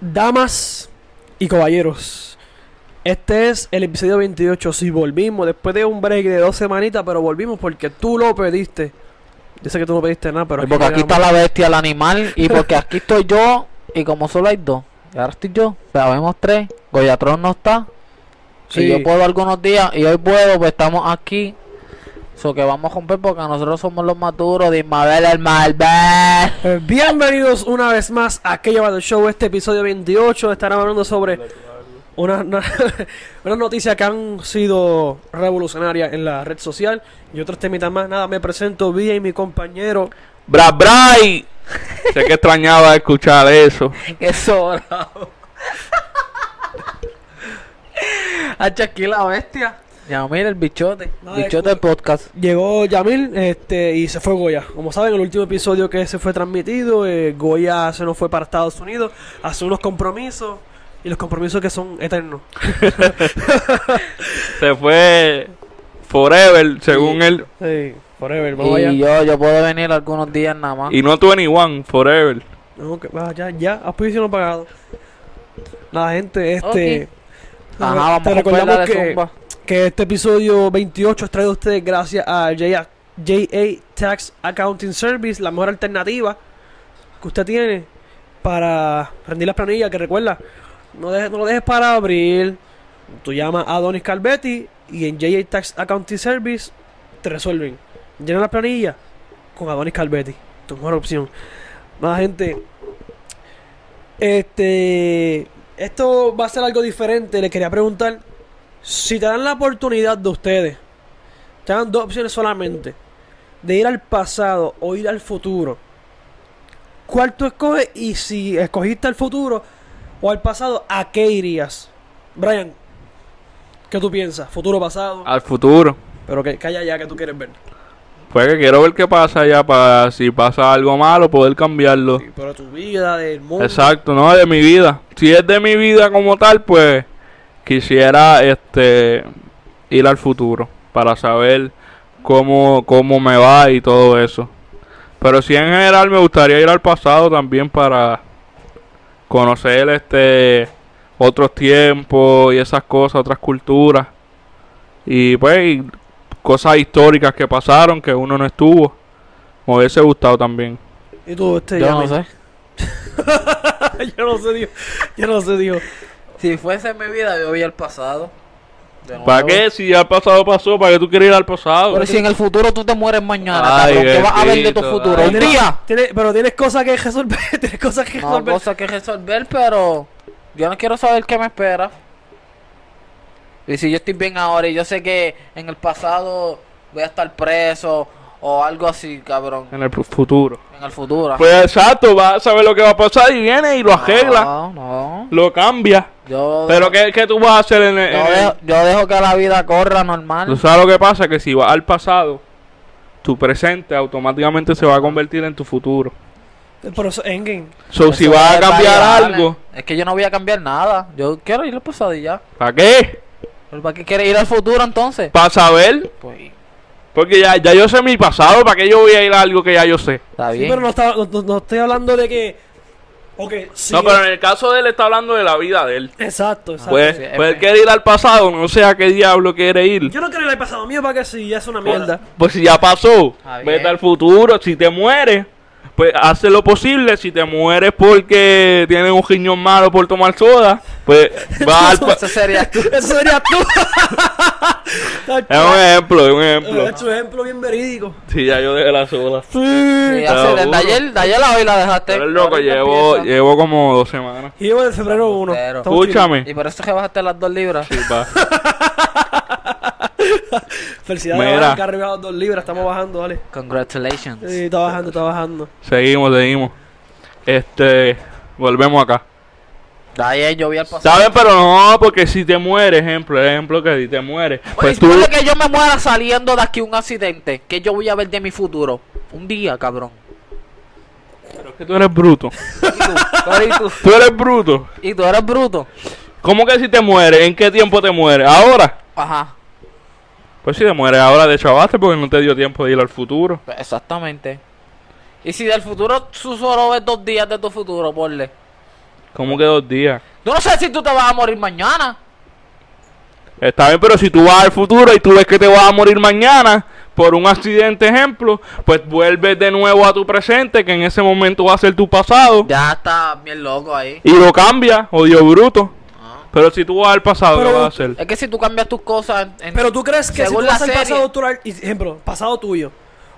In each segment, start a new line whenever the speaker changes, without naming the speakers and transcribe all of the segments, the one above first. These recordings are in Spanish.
Damas y caballeros, este es el episodio 28. Si volvimos, después de un break de dos semanitas, pero volvimos porque tú lo pediste. Yo sé que tú no pediste nada, pero.
Y porque aquí está
tenemos-
la bestia, el animal, y porque aquí estoy yo, y como solo hay dos, y ahora estoy yo, pero habemos tres, Goyatron no está,
Sí.
y yo puedo algunos días, y hoy puedo, pues estamos aquí, eso que vamos a romper porque nosotros somos los más duros, de Ismael el Malbec.
Eh, Bienvenidos una vez más a Que Lleva el Show, este episodio 28. Estarán hablando sobre unas una, unas noticias que han sido revolucionarias en la red social y otros temitas más. Nada, me presento, Villa y mi compañero.
Bra Bray. sé que extrañaba escuchar eso.
Qué sobrado. Hacha aquí la bestia. Ya mira el bichote,
No,
bichote
disculpa.
podcast.
Llegó Yamil este, y se fue Goya. Como saben, el último episodio que se fue transmitido, eh, Goya se nos fue para Estados Unidos, hace unos compromisos y los compromisos que son eternos.
Se fue forever, según él.
Sí, forever, vamos allá.
Y yo, yo puedo venir algunos días nada más.
Y no 21, forever.
No, que- ah, ya, ya, auspicio no pagado. Nada, gente, este.
Ajá,
te
vamos a
recordamos
recordar de
que-
Zumba.
que este episodio 28 es traído a ustedes gracias a JA, JA Tax Accounting Service, la mejor alternativa que usted tiene para rendir las planillas, que recuerda, no, dejes- no lo dejes para abril, tú llamas a Donis Calvetti y en JA Tax Accounting Service te resuelven. Llena las planillas con Adonis Calvetti, tu mejor opción. Nada, gente. Este. Esto va a ser algo diferente. Le quería preguntar si te dan la oportunidad de ustedes, te dan dos opciones solamente, de ir al pasado o ir al futuro, ¿cuál tú escoges? Y si escogiste al futuro o al pasado, ¿a qué irías? Brian, ¿qué tú piensas? ¿Futuro, pasado?
Al futuro.
Pero que calla ya que tú quieres ver.
Pues que quiero ver qué pasa ya para si pasa algo malo poder cambiarlo.
Sí, pero tu vida, del mundo.
Exacto, no de mi vida. Si es de mi vida como tal, pues quisiera este ir al futuro para saber cómo cómo me va y todo eso. Pero si en general me gustaría ir al pasado también para conocer este otros tiempos y esas cosas, otras culturas y pues y cosas históricas que pasaron que uno no estuvo. Me hubiese gustado también.
Y tú, este,
Yo no
Yamil.
sé.
yo no sé, Dios. Yo no sé, Dios.
Si fuese mi vida, yo vi el pasado. De
¿Para
nuevo.
qué? Si ya el pasado pasó, ¿para qué tú quieres ir al pasado?
Pero si en el futuro tú te mueres mañana,
Ay,
cabrón, ¿qué vas a ver de tu
bendito,
futuro?
ay.
¿Un día?
Tienes- pero tienes cosas que resolver. Tienes cosas que
No,
resolver.
cosas que resolver, pero yo no quiero saber qué me espera. Y si yo estoy bien ahora y yo sé que en el pasado voy a estar preso o algo así, cabrón,
En el pu- futuro.
en el futuro.
Pues exacto, va a saber lo que va a pasar y viene
Ah.
y lo arregla,
No, no.
lo cambia.
Yo,
Pero ¿qué, qué tú vas a hacer en el...
yo
en el-
dejo, yo dejo que la vida corra normal.
¿Tú sabes lo que pasa? Que si vas al pasado, tu presente automáticamente se va a convertir en tu futuro.
Pero eso es Endgame.
So, si
Eso
vas a
es
cambiar
variable.
algo,
eh. Es que yo no voy a cambiar nada. Yo quiero ir al pasado y ya.
¿para qué?
¿Pero ¿Para qué quieres ir al futuro entonces?
¿Para saber?
Pues
Porque ya, ya yo sé mi pasado, ¿para qué yo voy a ir a algo que ya yo sé?
está
Sí,
bien.
pero no, está- no- no- no estoy hablando de que. Ok, sí.
No, pero en el caso de él está hablando de la vida de él.
Exacto, exacto.
Pues,
sí, es
pues él
verdad.
quiere ir al pasado, no sé a qué diablo quiere ir.
Yo no quiero ir al pasado mío para que si ya es una mierda.
Pues si ya pasó,
Está bien.
vete al futuro. Si te mueres, pues hace lo posible. Si te mueres porque tienes un riñón malo por tomar soda, pues vas al... pa-
Eso sería tú.
Eso sería tú.
Es un ejemplo, es un ejemplo.
Es un ejemplo bien verídico.
Si ya yo dejé la soda.
Sí,
Te
hace-
lo
desde
juro.
ayer, de ayer a hoy la dejaste.
Pero es loco,
Ahorita
llevo,
empieza.
llevo como dos semanas.
Y yo de febrero 1.
Pero-
Escúchame.
Y por eso es que bajaste las dos libras.
Sí, va.
Felicidades,
Mira.
Mira. arriba de los dos libras. Estamos bajando, dale.
Congratulations.
Sí, está bajando, está bajando.
Seguimos, seguimos. Este, volvemos acá.
De ayer yo vi al pasado.
¿Sabes? Pero no, porque si te mueres, ejemplo, ejemplo que si te mueres,
Pues
pues tú...
que yo me muera saliendo de aquí un accidente, que yo voy a ver de mi futuro. Un día, cabrón.
Pero es que tú eres bruto.
Y tú, pero y tú,
Tú eres bruto.
y tú eres bruto.
¿Cómo que si te mueres? ¿En qué tiempo te mueres? ¿Ahora?
Ajá.
Pues si te mueres ahora de chavaste porque no te dio tiempo de ir al futuro.
Pues Exactamente. Y si del futuro tú solo ves dos días de tu futuro, ponle.
¿Cómo que dos días?
Tú no sabes si tú te vas a morir mañana.
Está bien, pero si tú vas al futuro y tú ves que te vas a morir mañana por un accidente, ejemplo, pues vuelves de nuevo a tu presente, que en ese momento va a ser tu pasado,
Ya está bien loco ahí.
y lo cambias, odio bruto.
Ah.
Pero si tú vas al pasado,
Pero-
¿qué vas a hacer?
Es que si tú cambias tus cosas en- en-
Pero tú crees que
Según
si tú vas
la
al
serie.
pasado, tú lo al- y- ejemplo, pasado tuyo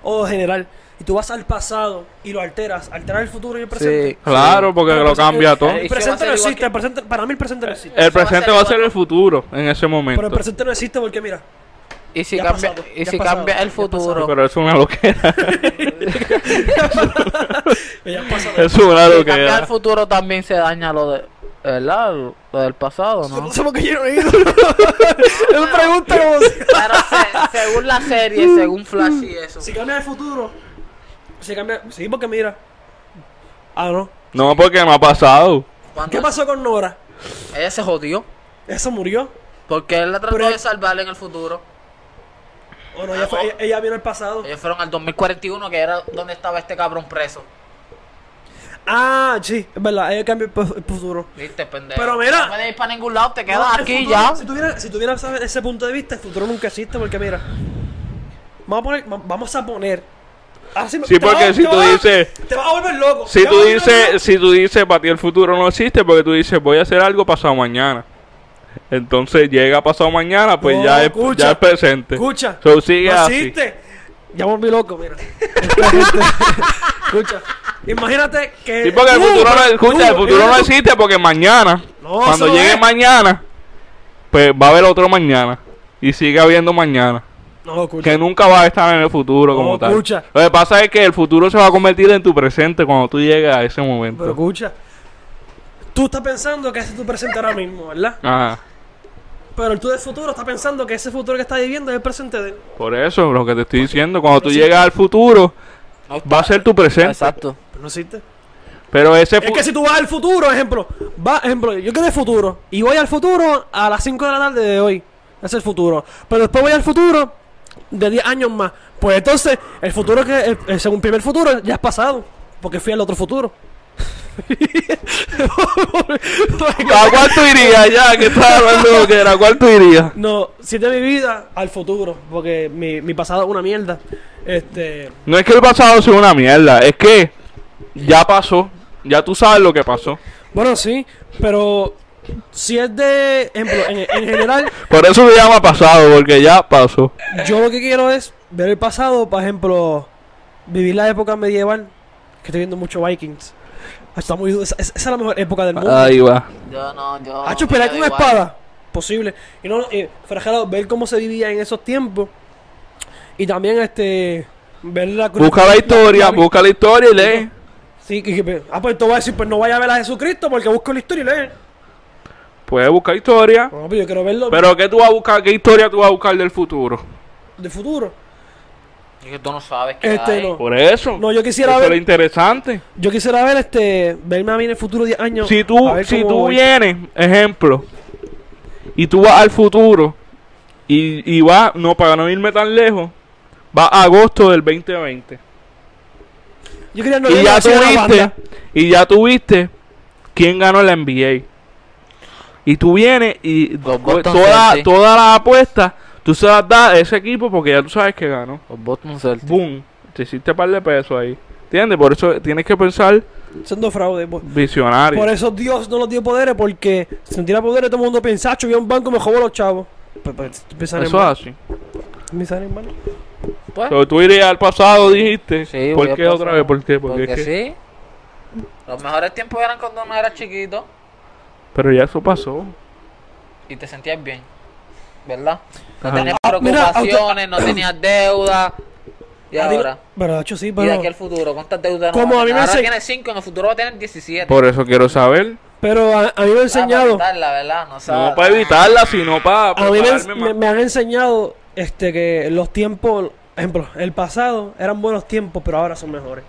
o general, y tú vas al pasado y lo alteras, alteras el futuro y el presente.
Sí.
Claro, porque
Pero
lo
pues,
cambia
el-
todo.
El
Eso va a
presente
ser
no
igual
existe,
que-
el presente- para mí el presente no existe.
El presente
Eso va
va
a
a
ser
ser el futuro en ese
Pero el
momento.
presente no existe porque mira,
y si
ya
cambia,
pasado,
y
ya
si
pasado,
cambias el
ya pasado.
futuro.
Pero es una loquera.
ya pasa.
es una
si cambias
loquera.
el futuro también se daña lo de ¿verdad? Lo lo del pasado,
Yo
¿no?
no sé por qué yo no he ido. Es una pregunta como si-
Pero se- según la serie, según Flash y eso.
si cambia el futuro. Si cambia, sí, porque mira. Ah, no.
No, porque no ha pasado.
Cuando
¿Qué pasó con Nora?
Ella se jodió.
¿Eso murió?
Porque él la trató
Pero-
de salvar en el futuro.
¿O no? Ella, fue- ella- ella vino al pasado.
Ellos fueron al 2041, que era donde estaba este cabrón preso.
Ah, sí, es verdad, ella cambió el pu- el futuro.
Viste, pendejo.
Pero mira.
No puedes ir para ningún lado, te
No,
quedas
el
aquí
futuro,
ya.
Si tuviera, si tuviera, ¿sabes? ese punto de vista, el futuro nunca existe porque mira, vamos a poner, va- vamos a poner. así me-
Sí,
te vas-
porque si
te
tú
vas-
dices-
te vas a volver loco.
Si
te
tú
vas a volver loco.
dices, si tú dices, para ti el futuro no existe, porque tú dices, voy a hacer algo pasado mañana. Entonces llega pasado mañana, pues
No,
ya, es,
escucha,
ya es presente.
escucha,
So, sigue
no
así.
existe. Ya volví loco, mira. escucha, imagínate que.
Sí, porque el
tú,
futuro no,
tú,
escucha, el
tú,
futuro no
tú-
existe porque mañana,
No,
cuando
eso
llegue
es.
mañana, pues va a haber otro mañana. Y sigue habiendo mañana.
No, escucha.
Que nunca va a estar en el futuro
No,
como tal.
escucha.
Lo que pasa es que el futuro se va a convertir en tu presente cuando tú llegues a ese momento.
Pero escucha. Tú estás pensando que ese es tu presente ahora mismo, ¿verdad?
Ajá.
Pero el tú del futuro está pensando que ese futuro que está viviendo es el presente de él.
Por eso, lo que te estoy diciendo, cuando tú llegas al futuro, va a ser tu presente.
Exacto.
Pero no existe.
Pero ese
Es
fu-
que si tú vas al futuro, ejemplo, va, ejemplo, yo quiero el futuro y voy al futuro a las 5 de la tarde de hoy. Ese es el futuro. Pero después voy al futuro de 10 años más. Pues entonces, el futuro que, el- el- según primer futuro, ya es pasado. Porque fui al otro futuro.
¿A cuál tú irías ya? Que estás hablando que era, ¿a cuál tú irías?
no, siete mi vida al futuro. Porque mi, mi pasado es una mierda. Este.
No es que el pasado sea una mierda, es que ya pasó, ya tú sabes lo que pasó.
Bueno, sí, pero si es de. Ejemplo, en, en general,
Por eso se llama pasado, porque ya pasó.
yo lo que quiero es ver el pasado, por ejemplo, vivir la época medieval, que estoy viendo mucho Vikings. Está muy duro, esa, esa es la mejor época del mundo.
Ahí va.
Yo no, yo.
Hacho,
me
pelear
quedo
con una
igual.
espada. Posible. Y no, eh, fuera de jalado, ver cómo se vivía en esos tiempos. Y también, este. Ver la cruz-
Busca la historia,
la- la-
busca la historia y lee.
Sí, que, que- ah, pues tú vas a decir, pues no vaya a ver a Jesucristo porque busco la historia y lee.
Puedes buscar historia.
No, pero yo quiero verlo
Pero ¿qué tú vas a buscar? ¿Qué historia tú vas a buscar del futuro?
del futuro.
Es que tú no sabes qué
Este
hay.
no.
Por eso.
No, yo quisiera
eso
ver-
es lo interesante.
Yo quisiera ver este verme a mí en el futuro 10 años.
Si tú,
a ver
si
cómo
tú
voy.
vienes, ejemplo, y tú vas al futuro y, y vas, no para no irme tan lejos, vas a agosto del 2020.
Yo quería no
y, ya
no soy una
tuviste,
banda.
y ya tuviste quién ganó la NBA. Y tú vienes y
Los
todas
Boston
toda
Celtics.
todas las apuestas tú se las das a ese equipo porque ya tú sabes que ganó.
Los Boston Celtics.
Boom, te hiciste par de pesos ahí. ¿Entiendes? Por eso tienes que pensar
Son dos fraudes. Por,
visionario.
por eso Dios no nos dio poderes, porque si nos diera poderes, todo el mundo piensa, yo voy a un banco y me jobo los chavos. Pues, pues, tú piensas en
eso es
mal,
así.
tú piensas en mal.
Pues,
Pero tú irías al pasado, dijiste.
sí, voy
¿Por
a
qué otra
pasar.
vez? ¿Por qué? Porque
Porque,
es que-
sí. Los mejores tiempos eran cuando uno era chiquito
Pero ya eso pasó.
y te sentías bien. ¿Verdad? No
Ajá.
tenías
Ah, mira, a usted-
preocupaciones, no tenías deuda. Y
A ti no-
ahora.
Pero, Nacho, sí,
Y de
pero,
aquí al futuro, ¿cuántas deudas
Como a mí me Pues,
Ahora
hace-
tienes 5, en el futuro va a tener 17.
Por eso quiero saber.
pero a, a mí me han enseñado,
Para evitarla, ¿verdad? No, sabes.
No para evitarla, sino para
a mí me,
prepararme
han- me-
más.
me han enseñado este que los tiempos, ejemplo, el pasado eran buenos tiempos, pero ahora son mejores.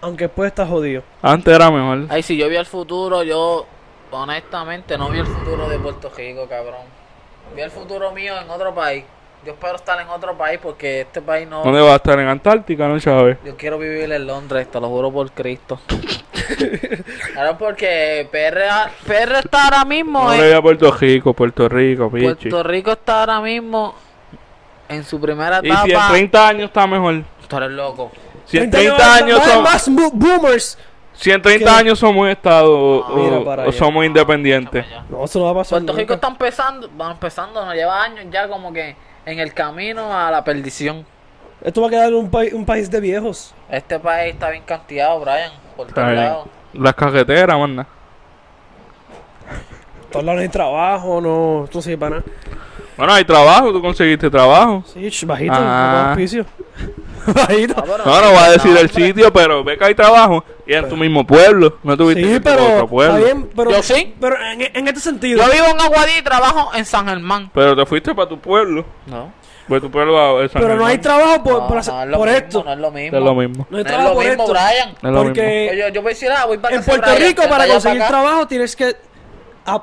Aunque después estás jodido.
Antes era mejor.
Ay, si yo vi el futuro, yo honestamente no vi el futuro de Puerto Rico, cabrón. Vi el futuro mío en otro país. Yo espero estar en otro país porque este país no...
¿Dónde va a estar? En Antártica, ¿no, Chávez?
Yo quiero vivir en Londres, te lo juro por Cristo. Claro, porque PR, PR está ahora mismo
No
en-
le voy a Puerto Rico, Puerto Rico, pichi.
Puerto Rico está ahora mismo en su primera
Y si en
etapa.
30 años está mejor.
Tú eres loco.
Si en 30 años
son
somos,
más bo- boomers.
si en 30
¿Qué? Ah,
años somos Estado o-
Mira
o,
para
o
allá.
somos independientes.
Ah,
No, eso no va a pasar.
Puerto
nunca.
Rico está empezando, va empezando, nos lleva años ya como que en el camino a la perdición.
Esto va a quedar un, pai- un país de viejos.
Este país está bien canteado, Brian, por
Está
todos
bien.
lados.
Las carreteras, manda.
Todos lados no hay trabajo, no. Esto no sirve para nada.
Bueno, hay trabajo, tú conseguiste trabajo.
Sí, ch, bajito,
Ah.
no auspicio. bajito.
Ah, pero
No, no voy a decir el
hombre.
sitio, pero ve que hay trabajo. Y en tu mismo pueblo. No tuviste que
Sí,
ir a
pero.
otro
Está
pueblo.
bien, pero.
Yo sí.
Pero en, en este sentido.
Yo vivo en Aguadilla y trabajo en San Germán.
Pero te fuiste para tu pueblo.
No,
Pues tu pueblo es San
Pero no hay
Germán.
trabajo por,
no,
Pues, por,
no
hacer-
es lo
por
mismo,
esto.
no es lo mismo.
Es lo mismo.
No hay
No es
trabajo
lo
por
mismo,
esto.
Brian.
Es lo mismo.
porque
Oye, yo voy a decir, ah, voy para
en
casa de
Puerto
Brian,
Rico
que
para
vaya
conseguir
acá.
trabajo tienes que. a-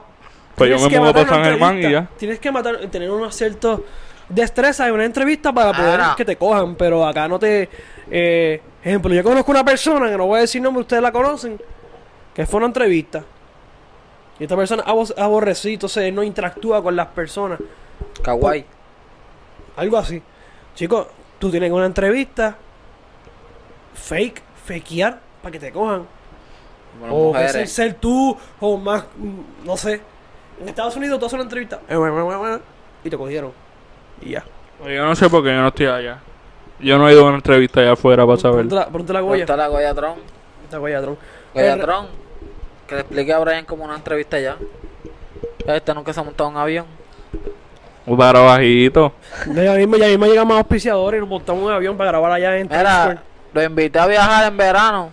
Pues yo
tienes
me
que
mudo
matar
para San
una
Germán y ya.
entrevista. Tienes que matar, tener unos ciertos destrezas en una entrevista para poder
Ah.
que te cojan, pero acá no te. eh, ejemplo, yo conozco una persona que no voy a decir nombre, ustedes la conocen, que fue a una entrevista. Y esta persona abos- aborrecí, entonces no interactúa con las personas.
Kawaii.
Algo así. Chicos, tú tienes una entrevista fake, fakear, para que te cojan.
Bueno,
O que ser,
mujeres.
ser tú, o más, mm, no sé. En Estados Unidos tú haces una entrevista. eh, bueno, bueno, bueno, Y te cogieron. Y ya.
Pues Yo no sé por qué yo no estoy allá. Yo no he ido a una entrevista allá afuera para saber.
Ponte la, ponte la
¿Dónde
goya.
está la Goyatron?
Esta goya, tron. Eh,
Goyatron. Que le expliqué a Brian como una entrevista ya. Ya, Este nunca se ha montado en un avión.
Para bajito.
Ya mismo, ya mismo llegamos a auspiciadores y nos montamos en un avión para grabar allá en Times Square.
Mira, lo invité a viajar en verano.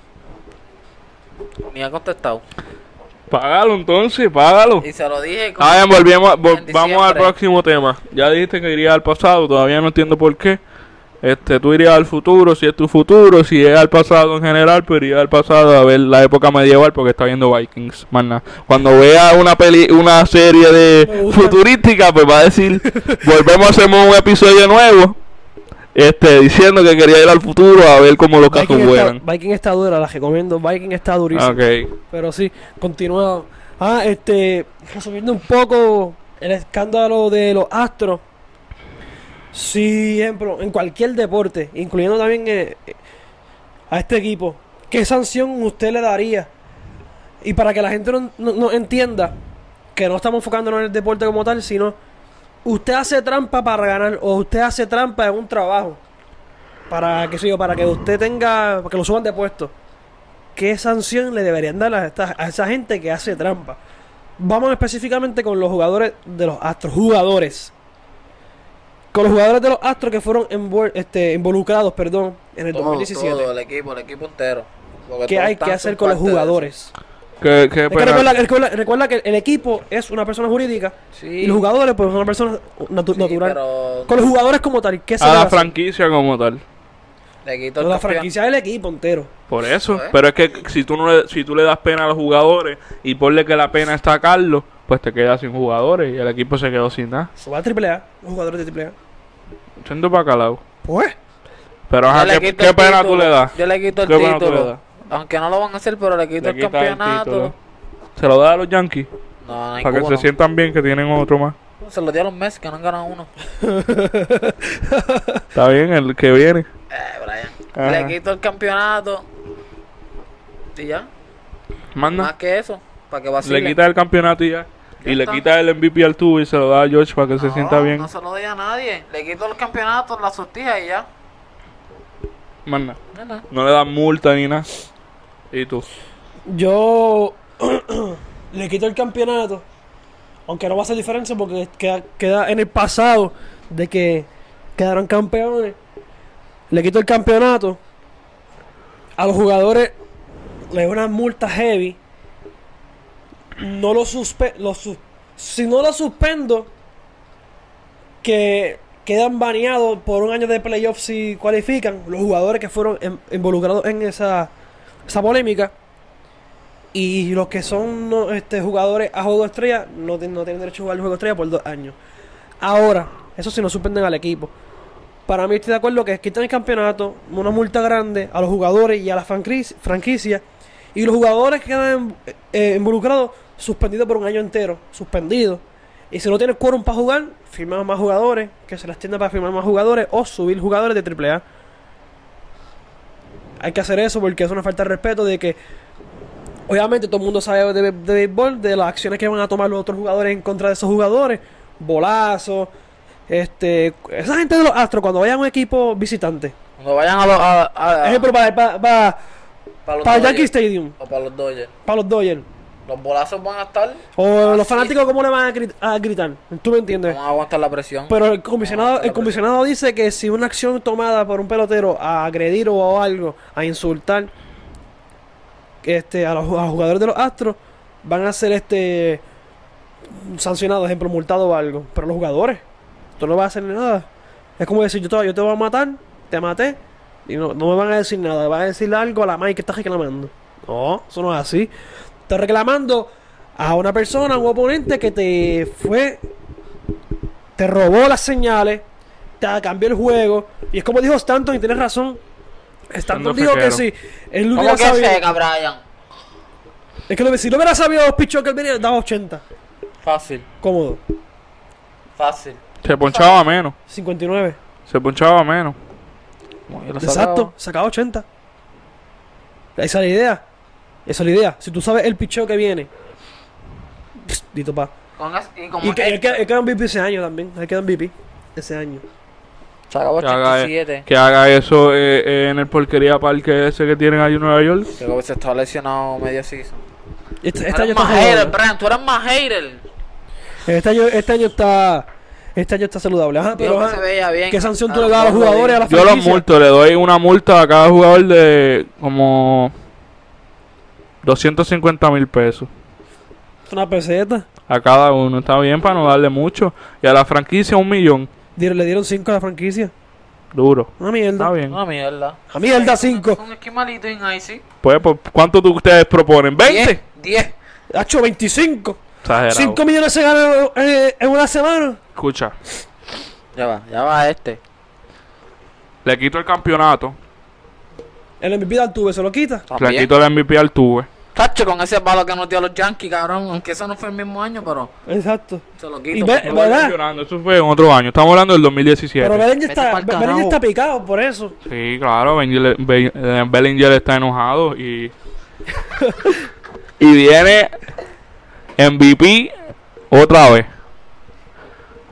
Ni ha contestado.
Págalo entonces, págalo.
Y se lo dije. como-
Ah, bien, volvemos, vol-
en
vamos al
diciembre.
próximo tema. Ya dijiste que irías al pasado, todavía no entiendo por qué. Este, tú irías al futuro, si es tu futuro, si es al pasado en general, pero irías al pasado a ver la época medieval porque está viendo Vikings, más nada. Cuando vea una peli, una serie
Me
de
gusta.
futurística, pues va a decir, volvemos a hacer un episodio nuevo, este, diciendo que quería ir al futuro a ver cómo los casos
Viking, está,
vuelan.
Viking está dura, la recomiendo. Viking está durísima.
Ok.
Pero sí, continuado. Ah, este, resumiendo un poco el escándalo de los astros. Sí, ejemplo, en cualquier deporte, incluyendo también eh, eh, a este equipo, ¿qué sanción usted le daría? Y para que la gente no, no- no entienda que no estamos enfocándonos en el deporte como tal, sino usted hace trampa para ganar o usted hace trampa en un trabajo. Para, qué sé yo, para que usted tenga, para que lo suban de puesto. ¿qué sanción le deberían dar a, esta- a esa gente que hace trampa? Vamos específicamente con los jugadores de los Astros. Jugadores. Con los jugadores de los Astros que fueron envuel- este, involucrados perdón, en el
Todo,
2017.
todo, el equipo, el equipo entero. Porque
¿Qué
todos
hay
están
que hacer
son
con los
parte de
jugadores?
¿Qué, qué
Es que
pena-
recuerda, recuerda- recuerda que el equipo es una persona jurídica
eso. Sí,
y los jugadores pues son una persona natu-
sí,
natural.
pero
Con los jugadores como tal, ¿qué se
a
debe
la
hacer?
franquicia como tal.
le quitó
No,
el
la
campeón.
franquicia del equipo entero.
Por eso,
¿eh?
pero es que si tú, no le, si tú le das pena a los jugadores y ponle que la pena está a Carlos, pues te quedas sin jugadores y el equipo se quedó sin nada.
Suba a AAA, los jugadores de AAA.
Siendo bacalao.
Pues,
Pero
Yo
ajá,
le
¿qué,
quito
qué
el
pena
título.
tú le das?
Yo le quito el
¿Qué pena tú le
título.
das?
Aunque no lo van a hacer, pero le quito
Le
el
quitas el
campeonato.
título. Se lo da a los Yankees
no, no hay
para que
cubo,
se
no.
sientan bien que tienen otro más.
Se lo dio a los Mets que no han ganado uno.
Está bien, el que viene.
Eh, Brian.
Ajá.
Le quito el campeonato. Y ya. Más
Manda.
que eso. Para que vacile.
Le quita el campeonato y ya.
Ya
Y le
está.
quita el MVP al tubo y se lo da a George para que se
No,
sienta bien.
No se lo doy a nadie. Le quito el campeonato, la sortija y ya.
Manda.
No, no.
No le dan multa ni nada. Y tú.
Yo le quito el campeonato, aunque no va a hacer diferencia porque queda, queda en el pasado de que quedaron campeones. Le quito el campeonato. A los jugadores le doy una multa heavy. No lo suspendo. si no lo suspendo, que quedan baneados por un año de playoffs si cualifican los jugadores que fueron en- involucrados en esa, esa polémica. Y los que son no, este, jugadores a juego de estrella no, ti- no tienen derecho a jugar el juego de estrella por dos años. Ahora, eso sí, no suspenden al equipo. Para mí estoy de acuerdo que quitan el campeonato, una multa grande a los jugadores y a la franquicia, franquicia Y los jugadores quedan eh, involucrados suspendidos por un año entero. Suspendidos. Y si no tienes quórum para jugar, firma más jugadores. Que se las tienda para firmar más jugadores. O subir jugadores de AAA. Hay que hacer eso porque es una falta de respeto de que. Obviamente todo el mundo sabe de, de béisbol, de las acciones que van a tomar los otros jugadores en contra de esos jugadores. Bolazos. Este, esa gente de los Astros, cuando vayan a un equipo visitante,
Cuando vayan a los. A, a- a-
ejemplo, para, para, para,
Ah. pa' los
para el
Dodgers
Yankee Stadium,
O para los Dodgers.
para los Dodgers,
Los bolazos van a estar.
o los
Así.
fanáticos, ¿cómo le van a, grit- a gritar? Tú me entiendes.
Van a aguantar la presión.
Pero el comisionado, el comisionado dice que si una acción tomada por un pelotero a agredir o a algo, a insultar este, a los a los jugadores de los Astros, van a ser este sancionados, ejemplo, multados o algo. Pero los jugadores, tú no vas a hacer nada. Es como decir, yo te, yo te voy a matar, te maté, y no, no me van a decir nada. Van a decir algo a la madre que estás reclamando. No, eso no es así. Estás reclamando a una persona, a un oponente que te fue te robó las señales, te cambió el juego. Y es como dijo Stanton, y tienes razón. Stanton
Stanton
dijo que
Fequero.
sí. Él
¿Cómo
hubiera
que
sabido.
seca, Brian?
Es que lo, si lo hubiera sabido los pichos que él venía, daba 80.
Fácil,
Cómodo.
fácil.
Se ponchaba menos.
59.
Se ponchaba menos.
Exacto. Sacaba 80. Esa es la idea. Esa es la idea. Si tú sabes el picheo que viene. Pss, Dito pa.
Con es- y como
Y que,
él-
él, queda- él queda en MVP ese año también. Él queda en MVP ese año.
Se acabó
Que haga, e-
87.
que haga eso eh, eh, en el porquería parque ese que tienen ahí en Nueva York.
Luego se está lesionado medio season.
Este,
Tú
este año
eres
está
más hater,
saludable.
Brian. Tú eres más hater.
Este año, este año está. Este año está saludable. Ajá,
Dijo
pero.
que
ajá.
se veía bien. Ah,
¿Qué sanción tú le das a los jugadores, a la
Yo
franquicia?
los multo, le doy una multa a cada jugador de como 250 mil pesos.
Una peseta.
A cada uno, está bien para no darle mucho. Y a la franquicia un millón,
Dieron- Le dieron 5 a la franquicia.
duro.
Una
Está
mierda.
bien.
Una mierda.
A mierda 5.
Un esquimalito en ahí, sí.
Pues, pues, ¿cuánto tú- ustedes proponen? ¿20?
10. 10.
Ha hecho 25.
Exagerado.
5 millones se ganan eh, en una semana.
Escucha,
Ya va, ya va este.
le quito el campeonato,
El MVP de Altuve se lo quita.
le
También.
quito el MVP al tuve.
Tacho, con ese palo que nos dio los Yankees, cabrón. Aunque eso no fue el mismo año, pero
Exacto.
se lo
Y
quito.
ve-
Pero-
¿Verdad?
Eso fue en otro año, estamos hablando del 2017.
Pero Bellinger
Vete
está,
pa'l carajo.
Bellinger está picado por eso.
Sí, claro, Bellinger, Be- eh, Bellinger está enojado y. y viene MVP otra vez.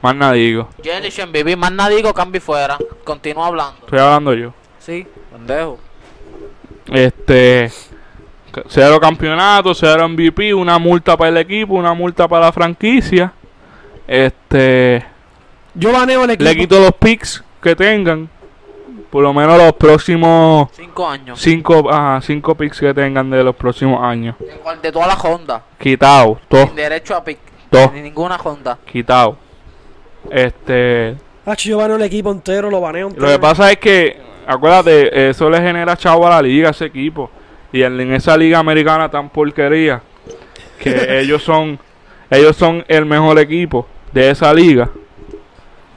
Más nada digo,
Yelich en MVP, más nadie digo, cambio y fuera. Continúa hablando.
estoy hablando yo.
Sí, pendejo.
Este. c- Cero campeonato, cero MVP, una multa para el equipo, una multa para la franquicia. Este.
Yo baneo el equipo.
Le quito los picks que tengan. Por lo menos los próximos
Cinco años.
cinco, ajá, cinco picks que tengan de los próximos años.
De cual- De todas las Honda.
Quitado, todo.
Sin derecho a pick.
Dos.
Ni ninguna Honda.
quitado. Este,
Hacho, Ah, yo baneo el equipo entero, lo baneo entero.
lo que pasa es que, acuérdate, eso le genera chavo a la liga, a ese equipo. Y en, en esa liga americana tan porquería, que ellos son, ellos son el mejor equipo de esa liga.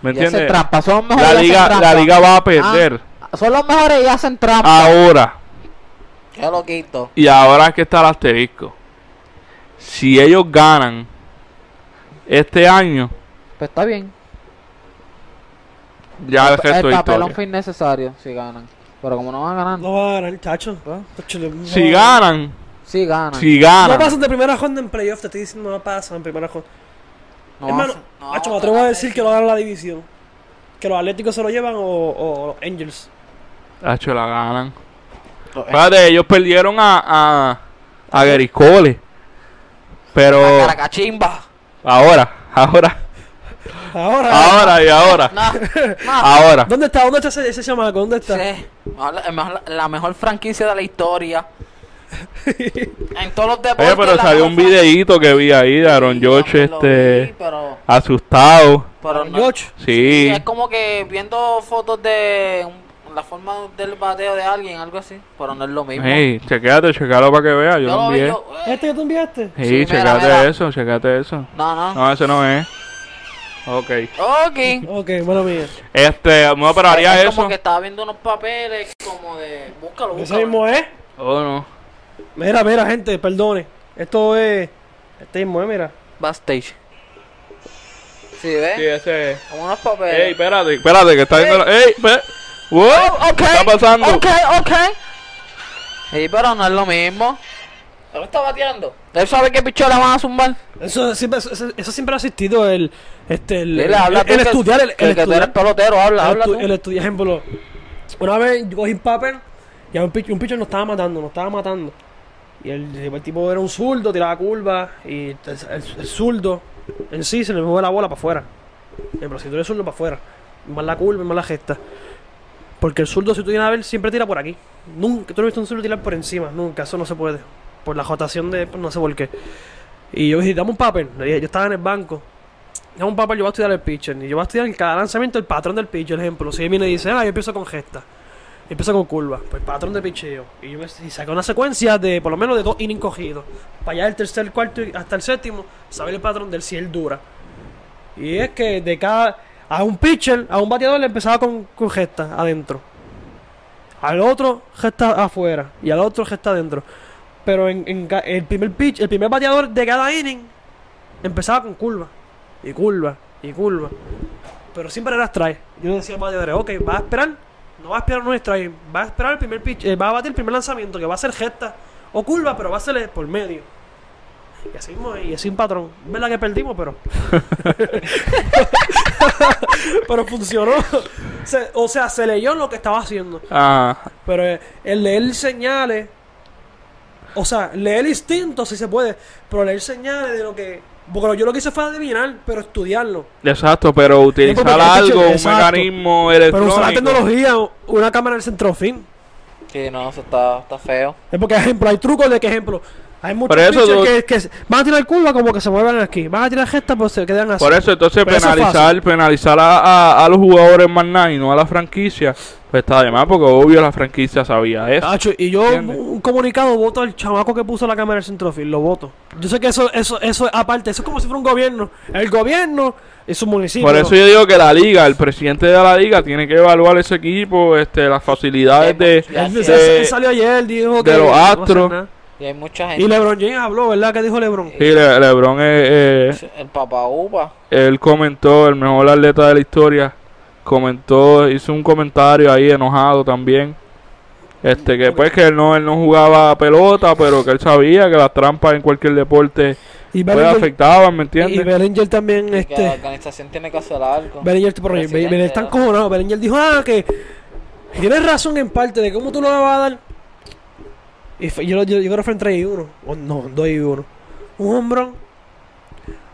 ¿Me entiendes?
trampa, son los
La liga, la liga va
Ah,
a perder
Son los mejores y hacen trampa.
ahora. Ah.
Yo lo quito.
Y ahora es que está el asterisco. Si ellos ganan este año,
Pues está bien.
ya el resto
el
Ah, es
papelón
historia.
fue innecesario si ganan. Pero como no van ganando,
No van a ganar, chacho.
¿Ah?
Hacho, le- no
Si
van a-
ganan,
si ganan.
Ah.
si
No
ganan.
pasan de primera ronda en playoff, te estoy diciendo, no pasan en primera ronda.
No
Hermano,
vamos a- no
Hacho, me
vamos
atrevo a
ganar
decir que lo ganan la división. Que los Atléticos se lo llevan o, o los Angels.
Hacho, la ganan.
Los-
Espérate, ellos perdieron a, a, a Gary Cole. Pero
La caracachimba.
ahora, ahora,
Ahora,
ahora y ahora,
Ah.
No, no.
ahora.
¿dónde está? ¿Dónde está ese, ese chamaco? ¿Dónde está?
Sí, mejor- el mejor- la mejor franquicia de la historia. en todos los deportes.
Oye, pero
la
salió
mejor
un videíto que vi ahí de Aaron
franquicia,
George,
me lo vi,
este,
pero,
asustado.
pero no-
George.
Sí,
Sí,
Es como que viendo fotos de un- la forma del bateo de alguien, algo así. Pero no es lo mismo.
hey, chequéate, checalo para que vea, yo
Yo
lo
lo vi,
envié.
yo, eh,
¿Este que tú enviaste?
Sí,
Sí, mira,
checate
mira.
eso, checate eso.
No, no.
No, ese no es. Ok.
Ok.
Ok, mano mía.
Este, no, pero haría
Es
eso.
Como que estaba viendo unos papeles como de. Búscalo,
Ese
búscalo.
mismo es.
Oh, no.
Mira, mira, gente, perdone. Esto es. Este mismo, eh, mira.
Backstage. Sí,
Sí,
¿ves?
ese es.
Como unos papeles. Oh,
Ey, espérate, espérate, que está viendo. la- ¡Ey! Pe... ¡Wow!
Oh,
¿Qué está pasando?
Ok, ok. Sí, pero no es lo mismo. Él está bateando. Él sabe qué pichón le van a zumbar.
Eso siempre, eso, eso siempre ha existido el. Este, el,
Dile, habla
el-
tú
el
que-
estudiar, el,
que-
el
que tú eres
estudiar.
pelotero, habla,
El,
habla
estu-
tú.
el estudiar, ejemplo. Una vez yo cogí un papel y a un pitcher, un pitcher nos estaba matando, nos estaba matando. Y el, el tipo era un zurdo, tiraba curvas y el, el- el zurdo en sí se le mueve la bola para afuera. Eh, Pero si tú eres zurdo para afuera, más la curva y más la gesta. Porque el zurdo, si tú vienes a ver, siempre tira por aquí. Nunca, tú no has visto un zurdo tirar por encima, nunca, eso no se puede. Por la rotación de, no sé por qué. Y yo dije, dame un papel. Le dije, yo estaba en el banco. Dame un papel, yo voy a estudiar el pitcher. Y yo voy a estudiar en cada lanzamiento el patrón del pitcher, ejemplo. Si él viene y dice, ah, yo empiezo con gesta. Yo empiezo con curva. Pues patrón de picheo. Y yo me y saqué una secuencia de por lo menos de dos innings cogidos. Para allá del tercer, cuarto y hasta el séptimo, saber el patrón del si él dura. Y es que de cada. A un pitcher, a un bateador le empezaba con, con gesta adentro. Al otro gesta afuera. Y al otro gesta adentro. Pero en, en ca- el primer pitch, el primer bateador de cada inning empezaba con curva. Y curva. Y curva. Pero siempre era strike. Yo le decía al bateador, ok, va a esperar. No va a esperar un strike. Va a esperar el primer pitch. eh, va a bater el primer lanzamiento que va a ser gesta. O curva, pero va a ser por medio. Y así mismo, y así un patrón. Es verdad que perdimos, pero. pero funcionó. Se- o sea, se leyó lo que estaba haciendo.
Ah,
Pero eh, el leer señales, o sea, leer instintos si se puede, pero leer señales de lo que. Porque yo lo que hice fue adivinar, pero estudiarlo.
exacto, pero utilizar
porque este
algo,
chico-
un
exacto.
mecanismo
Pero
electrónico.
usar la tecnología, una cámara en el centro fin.
Sí, no, eso está, está feo.
Es porque, ejemplo, hay trucos de que, ejemplo, hay muchos
Por eso
pitchers
tú-
que, que van a tirar curva como que se mueven aquí, van a tirar gesta pues se quedan así.
Por eso, entonces
Pero eso es
penalizar, penalizar a, a- a los jugadores más nada y no a la franquicia, pues está de más, porque obvio la franquicia sabía eso.
Tacho, y yo
¿Entiendes?
un comunicado voto al chamaco que puso la cámara en el centrofil, lo voto. Yo sé que eso, eso, eso es aparte, eso es como si fuera un gobierno. El gobierno es un municipio.
Por eso yo digo que la liga, el presidente de la liga, tiene que evaluar ese equipo, este, las facilidades de,
Ya
Él,
sé.
él salió ayer, dijo que
Eh, de los
no va a hacer
Astros.
nada.
Y hay mucha gente.
Y LeBron James habló, ¿verdad? ¿Qué dijo LeBron?
Sí, Le- LeBron eh, eh,
El papá uva.
él comentó, el mejor atleta de la historia, comentó, hizo un comentario ahí enojado también. Este, que pues que él no, él no jugaba pelota, pero que él sabía que las trampas en cualquier deporte
Y
pues,
Bellinger,
afectaban, ¿me
y
entiendes?
Bellinger también,
Y que la
este...
organización tiene que hacer algo.
Bellinger, por ahí, Bellinger,
Presidente,
está
¿no?
encojonado. Bellinger dijo, ah, que... y Tienes razón en parte de cómo tú lo vas a dar. Y fue- yo, yo, yo creo que fue en 3 y 1. O no, 2 y 1. Un hombrón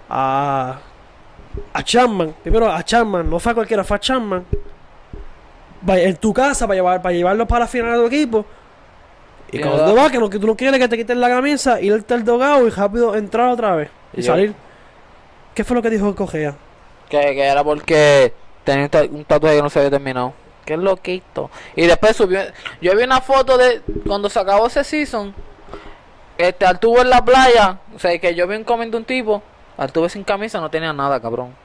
a... A Chapman. Primero a Chapman. No fue a cualquiera, fue a Chapman. Va- En tu casa para, llevar, para llevarlo para la final de tu equipo. Y
Tiene
cuando
dos.
vas, que, no, que tú no quieres que te quiten la camisa, ir al dogado y rápido entrar otra vez y
Y yo-
salir. ¿Qué fue lo que dijo Cogea?
Que, que era porque tenía un ta- un tatuaje que no se había terminado. Qué loquito. Y después subió. Yo vi una foto de cuando se acabó ese season. Este, Artuvo en la playa. O sea, que yo vi un comment de un tipo. Artuvo sin camisa no tenía nada, cabrón.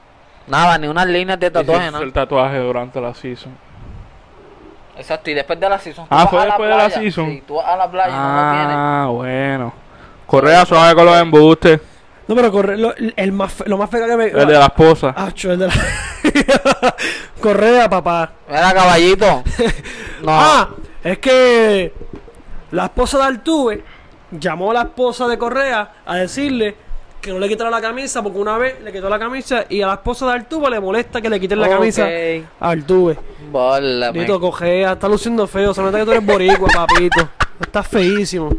Nada, ni unas líneas de tatuaje,
Hizo
nada.
el tatuaje durante la season.
Exacto, y después de la season. tú
Ah,
vas
fue
a
después de la
playa.
season.
Sí, tú vas a la playa y no lo tienes.
Ah, bueno. Correa suave con los embustes,
No, pero Correa, lo, el más, fe- lo más feo que me.
el de la esposa.
Acho, el de la. Correa, papá.
Mira, caballito. No.
Ah, es que. La esposa de Artuve llamó a la esposa de Correa a decirle que no le quitara la camisa porque una vez le quitó la camisa y a la esposa de Artuve le molesta que le quiten la camisa
Ok.
a Artuve.
Bólame.
Dito Cogea, está luciendo feo. Se nota que tú eres boricua, papito. Estás feísimo.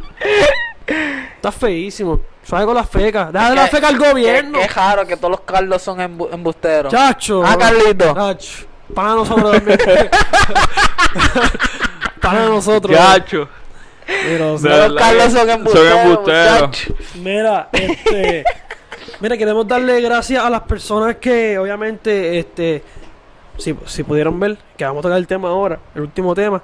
Estás feísimo. Suave con las fecas. Deja de las fecas al gobierno.
Qué, qué raro que todos los Carlos son embu- embusteros.
Chacho.
Ah, Carlito.
Chacho. Para nosotros también. Para nosotros.
Gacho.
Mira, o sea,
De
Los
verdad
Carlos
que
son embusteros.
embusteros.
muchacho.
mira, este. Mira, queremos darle gracias a las personas que, obviamente, este. Si, si pudieron ver, que vamos a tocar el tema ahora, el último tema.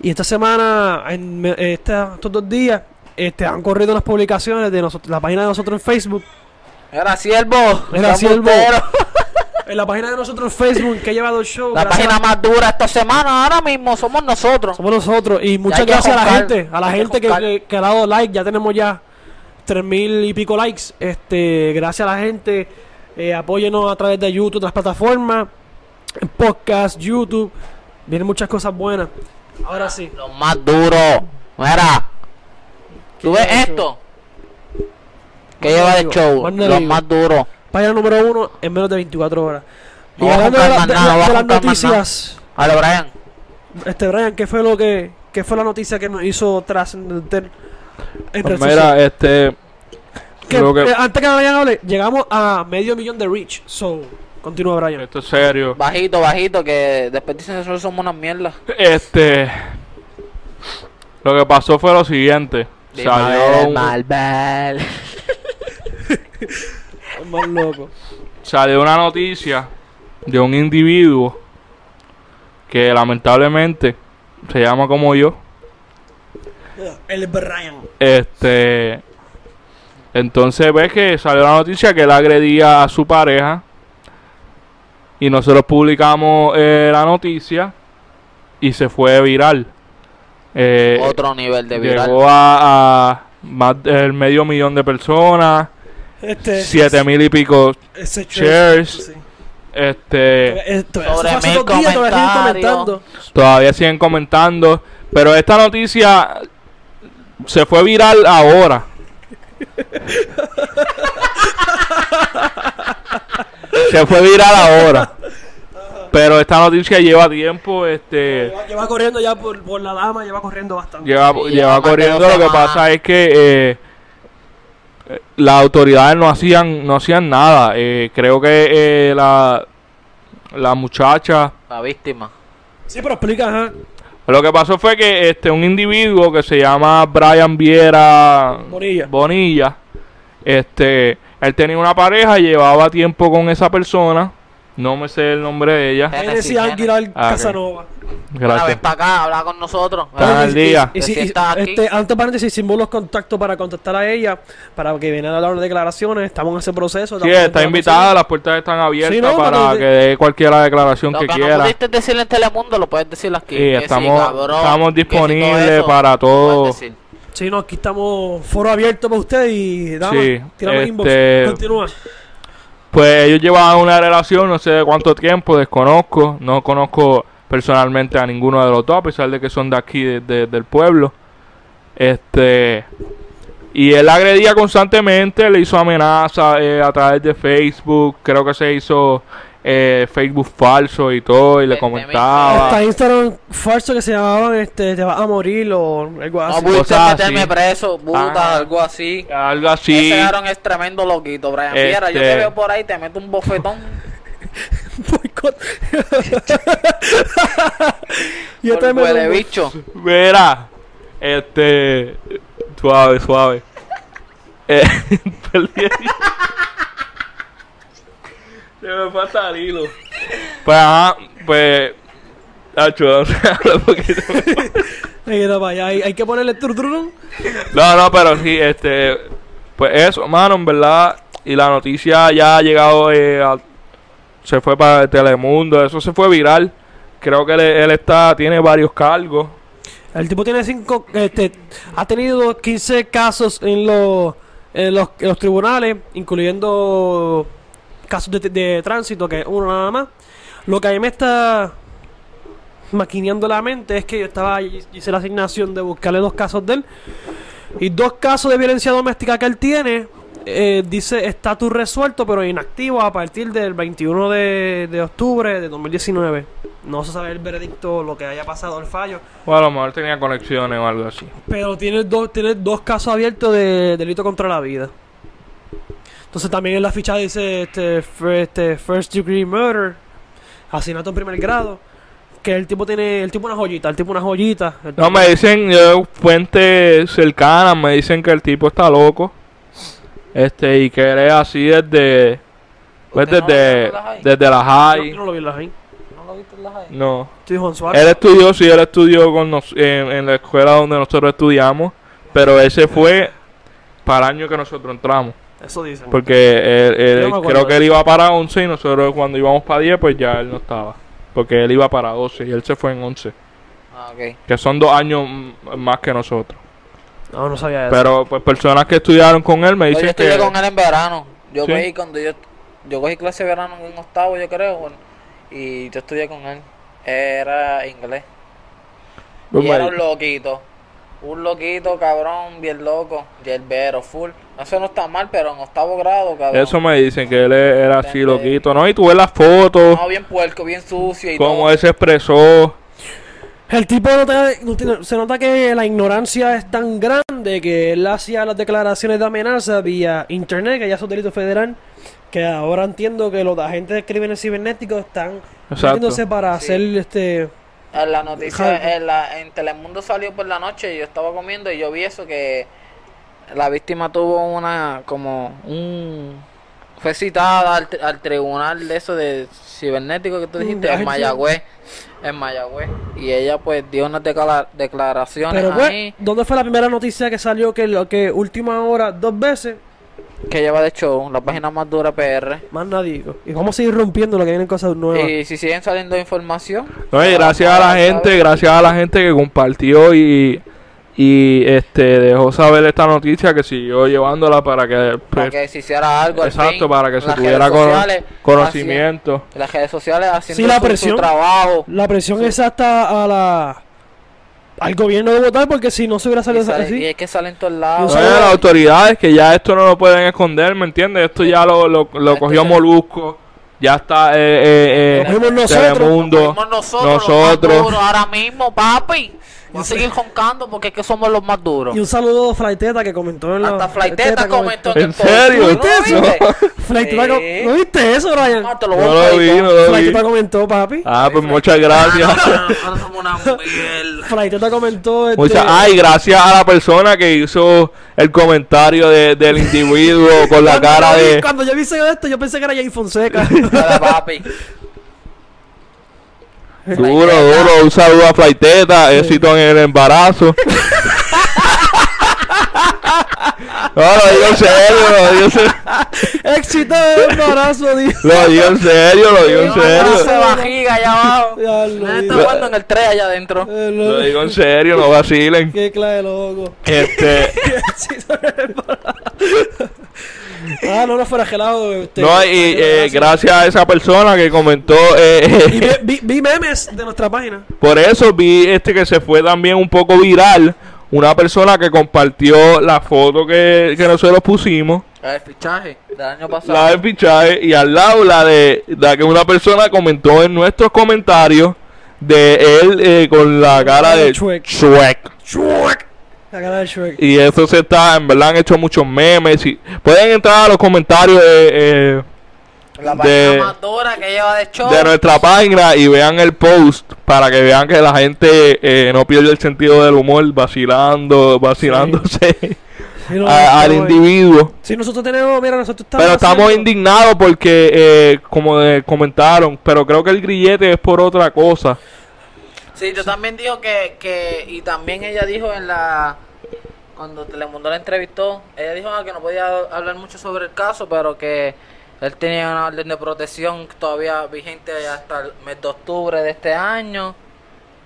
Y esta semana, en me- esta- estos dos días, este, han corrido las publicaciones de nosotros, la página de nosotros en Facebook.
Era siervo.
Era
son
siervo.
embusteros.
En la página de nosotros en Facebook, que ha llevado el show.
La
gracias-
página más dura esta semana ahora mismo somos nosotros.
Somos nosotros. Y muchas
hay que
gracias a la
joncar,
gente. A la
hay que
gente que,
joncar.
que- que ha dado like. Ya tenemos ya tres mil y pico likes. Este, gracias a la gente. Eh, apóyenos a través de YouTube, otras plataformas. en Podcast, YouTube. Vienen muchas cosas buenas. Ahora sí.
Los más duros. Mira. ¿Tú ves esto? ¿Qué lleva de
negativo,
show?
más
Los
negativo.
más duros.
Página número uno en menos de 24 horas. Y
No va a
hablando de, la-
juntar más
de-
nada, no va a
de las
juntar más nada.
noticias.
A lo Brian.
Este, Brian, ¿qué fue lo que qué fue la noticia que nos hizo trascender en redes
Pues mira, este.
Que,
creo que-
eh, antes que Brian hable, llegamos a medio millón de reach. So, continúa Brian.
Esto es serio.
Bajito, bajito, que después dicen que nosotros somos una mierda.
Este. Lo que pasó fue lo siguiente. Salió un-
Es más loco.
salió una noticia de un individuo que lamentablemente se llama como yo.
El Brian.
Este. Entonces ves que salió la noticia que él agredía a su pareja. Y nosotros publicamos eh, la noticia. Y se fue viral. Eh,
Otro nivel de viral.
Llegó a, a más del medio millón de personas.
Este.
Siete mil y pico.
Ese
Cheers.
Sí.
Este.
Esto, eso
Sobre
fue hace
mil
dos días, todavía siguen
comentarios.
comentando.
Todavía siguen comentando. Pero esta noticia se fue viral ahora. se fue viral ahora. Pero esta noticia lleva tiempo, este.
Lleva- Lleva corriendo ya por, por la dama, lleva corriendo bastante.
Lleva,
Sí,
lleva
más de
corriendo,
dos
lo que
semanas.
pasa es que eh, eh, las autoridades no hacían, no hacían nada. Eh, creo que eh, la, la muchacha
La víctima.
Sí, pero explica, ajá.
Lo que pasó fue que este un individuo que se llama Brian Viera
Bonilla.
Bonilla, este, él tenía una pareja, llevaba tiempo con esa persona, no me sé el nombre de ella.
Genesis
Genesis,
Aguilar
Ah, ok.
Casanova.
Una vez
Gracias.
para acá, habla con nosotros.
Está
Ah,
al día.
Y si,
Si
y-
está aquí.
este, antes paréntesis, hicimos los contactos para contactar a ella, para que venga a dar las declaraciones. Estamos en ese proceso.
Sí,
estamos en
está
la
invitada, las puertas están abiertas
Sí, no,
para
cuando-
que dé cualquier declaración
Lo
que
que
quiera.
no pudiste decir en Telemundo lo puedes decir aquí.
Y
Que sí,
estamos,
cabrón,
estamos
que sí, todo
disponibles
eso
para
lo
todo.
puedes decir.
Sí, no, aquí estamos foro abierto para usted y dama,
Sí,
tiramos
este-
inbox. Continúa.
Pues ellos llevaban una relación, no sé de cuánto tiempo, desconozco. No conozco personalmente a ninguno de los dos, a pesar de que son de aquí, de- de- del pueblo. Este. Y él agredía constantemente, le hizo amenazas eh, a través de Facebook. Creo que se hizo eh, Facebook falso y todo, y le
Este,
comentaba.
Está Instagram falso que se llamaban este, Te vas a morir o algo
No
así.
pudiste
cosas
meterme
así.
preso, puta,
Ah.
algo así.
Algo
Ese
así.
Aaron es tremendo loquito, Brian Fiera. Yo
Este-
te veo por ahí, te meto un bofetón.
Boicot. Yo
por
también
huele
me-
bicho.
Verá, este. Suave, suave. Eh, perdí el- Se me falta el hilo. Pues, ajá, pues. Nacho, vamos a hablar un poquito.
Hay que, tapar, ya, hay, hay que ponerle tur, tur, tur.
No, no, pero sí, este. Pues eso, mano, en verdad. Y la noticia ya ha llegado. eh, a- se fue para Telemundo, eso se fue viral. Creo que él, él está, tiene varios cargos.
El tipo tiene cinco, este, ha tenido 15 casos en los, en los, en los tribunales, incluyendo casos de, de tránsito, que es uno nada más. Lo que a mí me está maquineando la mente es que yo estaba, hice la asignación de buscarle dos casos de él. Y dos casos de violencia doméstica que él tiene, eh, dice estatus resuelto, pero inactivo a partir del 21 de, de octubre de 2019. No se sabe el veredicto, lo que haya pasado, el fallo.
O a lo mejor tenía conexiones o algo así.
Pero tiene dos, tiene dos casos abiertos de delito contra la vida. Entonces también en la ficha dice este, fir- este, first degree murder, asesinato en primer grado, que el tipo tiene, el tipo una joyita, el tipo una joyita. el
No,
tipo-
me dicen eh, fuentes cercanas, me dicen que el tipo está loco. Este, y que él es así desde. Pues
¿Usted no
desde,
lo vio en las high?
desde las
Yo-
high.
yo no lo vi en la gente.
¿No lo viste en las ahí?
No.
Estoy Juan Suárez.
Él estudió, sí, él estudió con nos- en, en la escuela donde nosotros estudiamos. Pero ese fue para el año que nosotros entramos.
Eso dicen.
Porque él- él-
Yo me acuerdo
creo que
de
él iba para 11 y nosotros cuando íbamos para 10 pues ya él no estaba. Porque él iba para 12 y él se fue en 11.
Ah, ok.
Que son dos años mm, más que nosotros.
No, no sabía eso.
Pero pues personas que estudiaron con él me
Pues yo
dicen
estudié
que...
con él en verano. Yo
este- Sí.
cogí cuando yo... Yo cogí clase de verano en octavo, yo creo. bueno, y yo estudié con él. Era inglés.
Pues,
Y era
me-
un loquito. Un loquito, cabrón, bien loco. Yerbero, full. Eso no está mal, pero en octavo grado, cabrón.
Eso me dicen que él e-, era así
Entendé.
loquito, ¿no? Y tú ves las fotos,
No, bien puerco, bien sucio y
cómo
todo.
él se expresó.
El tipo no te- no tiene- se nota que la ignorancia es tan grande que él hacía las declaraciones de amenaza vía internet, que ya es un delito federal, que ahora entiendo que los agentes de crímenes cibernéticos están
Exacto.
metiéndose para
Sí.
hacer este...
En la noticia,
Ajá.
en, la- en Telemundo salió por la noche y yo estaba comiendo y yo vi eso que la víctima tuvo una, como un... Fue citada al, al tribunal de eso de cibernético que tú
Mm,
dijiste,
de
en Mayagüez, en Mayagüez. Y ella pues dio unas declara- declaraciones
Pero pues,
ahí
¿dónde fue la primera noticia que salió que lo que última hora dos veces?
que lleva de show, la página más dura PR.
Más nadie. hijo. Y vamos a seguir rompiendo lo que vienen cosas nuevas.
Y si siguen saliendo información,
No, y gracias a la gente, gracias a la gente que compartió y, y este dejó saber esta noticia que siguió llevándola para que, pues,
para que se hiciera algo al
exacto,
fin,
para que se
las
tuviera
redes
cono-
sociales,
conocimiento.
haci- las redes sociales haciendo
la
su- su
presión.
trabajo.
La presión es hasta a la... Al gobierno de votar porque si no se hubiera
Y,
salido
sale-
así...
y es que salen todos lados.
No, y a las autoridades que ya esto no lo pueden esconder, ¿me entiendes? Esto ya lo, lo, lo
Esto
cogió
ya-
Molusco, ya está eh, eh, eh,
Lo cogimos nosotros.
Telemundo,
Somos nosotros,
nosotros.
los más duros ahora mismo, papi. Voy a seguir joncando porque es que somos los más duros.
Y un saludo a Flaiteta que comentó en la...
Hasta
Teta
Flaiteta comentó
¿En serio?
¿No lo viste?
Flaiteta com-
Sí.
¿No viste eso, Brian?
No, te lo voy
No
a
lo vi,
explicar.
no lo vi.
Flaiteta comentó, papi.
Ah, pues muchas gracias.
Ah,
Ahora somos una mierda.
Flaiteta comentó... Este,
Muchas, ay, gracias a la persona que hizo el comentario de- del individuo con la
Cuando
cara
yo vi-
de...
Cuando yo vi ese- esto, yo pensé que era Jay Fonseca.
Dale, papi.
Duro, duro, un saludo a Flaiteta, éxito en el embarazo. no, lo digo en serio, lo digo en serio,
Éxito de embarazo, dijo.
lo digo en serio, lo digo en serio.
Se bajiga allá abajo.
Ya lo
Nadie
digo.
Ah, está jugando en el 3 allá adentro.
Eh, lo-
Lo digo en serio, no vacilen.
Qué clase de loco.
Este,
Éxito de embarazo. ah, no, no fuera gelado. este,
no, y eh,
gracias.
gracias a esa persona que comentó...
Y
Eh,
ve- vi, vi memes de nuestra página.
Por eso vi este que se fue también un poco viral. Una persona que compartió la foto que, que nosotros pusimos,
El fichaje del año pasado.
la del fichaje, y al lado la de la que una persona comentó en nuestros comentarios de él eh, con la cara de
Shrek.
Shrek.
La cara de Shrek.
Y eso se está, en verdad han hecho muchos memes. Y pueden entrar a los comentarios de, eh,
La
de-
página más dura que lleva de show.
de nuestra página y vean el post para que vean que la gente eh, no pierde el sentido del humor vacilando, vacilándose
Sí, no,
a- al
no, eh.
individuo.
Sí, nosotros tenemos, mira, nosotros estamos.
Pero estamos
haciendo-
indignados porque, eh, como de- comentaron, pero creo que el grillete es por otra cosa.
Sí, yo también dijo que, que, y también ella dijo en la, cuando Telemundo la entrevistó, ella dijo ah, que no podía hablar mucho sobre el caso, pero que él tenía una orden de protección todavía vigente hasta el mes de octubre de este año,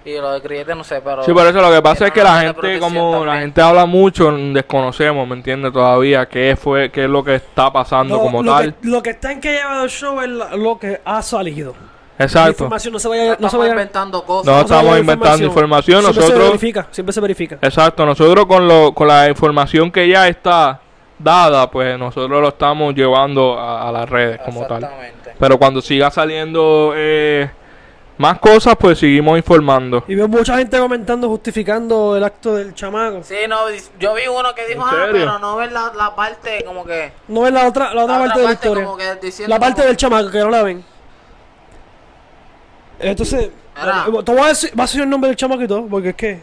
y lo de Grillete no sé, pero...
Sí, por eso lo que
tiene
pasa es que
una
la
orden de
gente,
protección
como la
también.
gente habla mucho, desconocemos, ¿me entiendes? Todavía qué fue, qué es lo que está pasando
lo,
como
lo
tal.
Que, lo que está en que ha llevado el show es la- lo que ha salido. La
Exacto.
información no se vaya. No
Estamos
se vaya
inventando cosas.
No,
no se vaya
estamos
la
inventando información,
Siempre
nosotros-
Se verifica, siempre se verifica.
Exacto, nosotros con, lo, con la información que ya está dada, pues nosotros lo estamos llevando a, a las redes como tal.
Exactamente.
Pero cuando siga saliendo eh, más cosas, pues seguimos informando.
Y veo mucha gente comentando, justificando el acto del chamaco.
Sí, no, yo vi uno que dijo,
¿En
ah,
serio?
pero no ves la, la parte como que...
No es la otra, la otra
la
parte de la historia.
como que diciendo
La parte
como-
del chamaco que no la ven. Entonces,
Ahora.
eh, te voy a decir, va a decir el nombre del chamaco y todo, porque es que,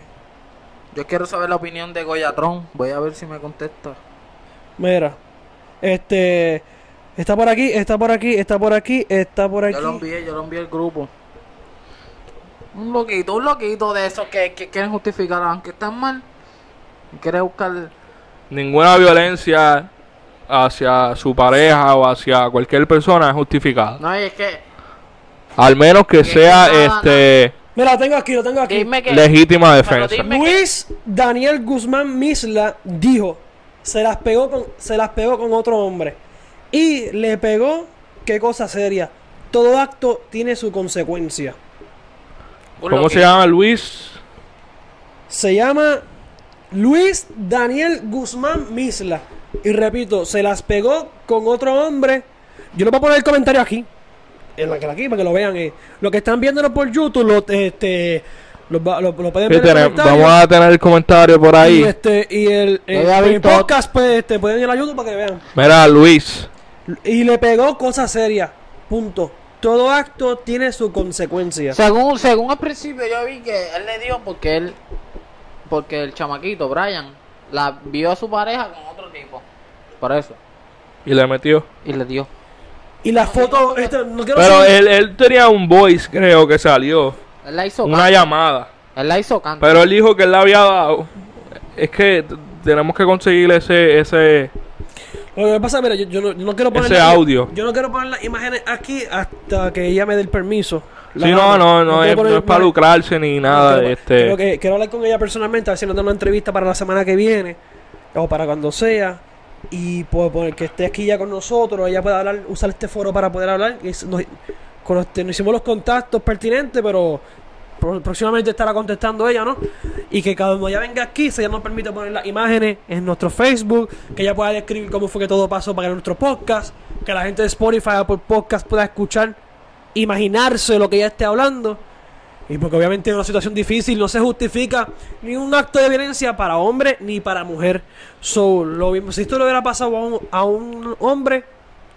Yo quiero saber la opinión de Goyatron. Voy a ver si me contesta.
mira, este, está por aquí, está por aquí, está por aquí, está por aquí.
Yo lo envié, yo lo envié al grupo. Un loquito, un loquito de esos que, que quieren justificar, aunque están mal. Quiere buscar.
Ninguna violencia, hacia su pareja o hacia cualquier persona es justificada.
No, y es que.
Al menos que
Que
sea
nada,
este
Mira, lo tengo aquí, lo tengo aquí.
Dime que.
legítima
pero
defensa.
dime que-
Luis Daniel Guzmán Misla dijo, se las pegó con, se las pegó con otro hombre. Y le pegó, qué cosa seria. Todo acto tiene su consecuencia.
un
¿Cómo se
loquito.
llama Luis?
Se llama Luis Daniel Guzmán Misla. Y repito, se las pegó con otro hombre. Yo le voy a poner el comentario aquí. En la aquí, para que lo vean. eh. Lo que están viéndonos por YouTube, lo, este, lo, va- lo- lo pueden
¿Qué
ver. en el
tenemos?
comentario.
Vamos a tener el comentario por
Y,
ahí.
este, y el,
Yo
eh,
ya vi
el
todo.
podcast, pues, este, pueden ir a YouTube para que vean.
Mira, Luis.
Y le pegó cosa seria. Punto. Todo acto tiene su consecuencia.
Según, según al principio yo vi que él le dio porque él, porque el chamaquito, Brian, la vio a su pareja con otro tipo. Por eso.
Y le metió.
Y le dio.
Y la foto, este, no quiero
Pero
decir-
él, él tenía un voice, creo que salió.
Él la hizo
Una
canto.
llamada.
Él la hizo canto.
Pero él dijo que él la había dado. Es que t- tenemos que conseguir ese, ese,
Lo que pasa, mira, yo, yo no, yo no quiero poner.
ese audio.
Yo no quiero poner las imágenes aquí hasta que ella me dé el permiso. La
Sí, no,
dama.
no, no,
quiero
es,
poner-
no es para lucrarse ni
no
nada.
quiero- Quiero,
este,
que- quiero hablar con ella personalmente, a ver si nos da una entrevista para la semana que viene o para cuando sea. Y pues, pues, que esté aquí ya con nosotros, ella pueda hablar, usar este foro para poder hablar. Y es- nos, con los- nos hicimos los contactos pertinentes, pero pro- próximamente estará contestando ella, ¿no? Y que cuando ella venga aquí, si ella nos permite poner las imágenes en nuestro Facebook, que ella pueda describir cómo fue que todo pasó para nuestro podcast, que la gente de Spotify, por Podcast pueda escuchar, imaginarse lo que ella esté hablando. Y porque obviamente en una situación difícil no se justifica ni un acto de violencia para hombre ni para mujer. So, lo mismo, si esto le hubiera pasado a un, a un hombre,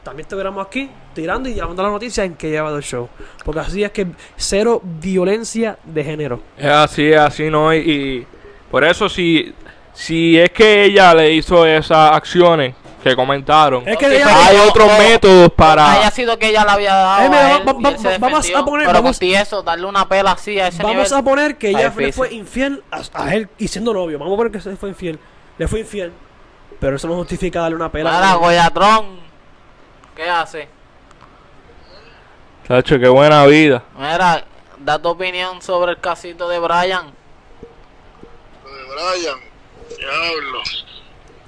también estuviéramos aquí tirando y llevando la noticia en que lleva el show. Porque así es que cero violencia de género.
es así, es así, ¿no? Y, y por eso, si, si es que ella le hizo esas acciones que comentaron,
Es que
Ok,
ella-
hay otros
no,
métodos para.
Haya sido que ella la había dado.
Eh, mira,
a él
va-
y
va-
él se
va- vamos
defendió,
a poner-
Pero
vamos-
con eso, darle una pela así a ese
Vamos
nivel.
a poner que
está
ella le
difícil.
fue infiel a, a él y siendo novio. Vamos a poner que se fue infiel. Le fue infiel. Pero eso no justifica darle una pela.
Ahora, Goyatrón. ¿Qué hace?
Chacho, qué buena vida.
Mira, da tu opinión sobre el casito de Brian.
Lo de Brian, diablo.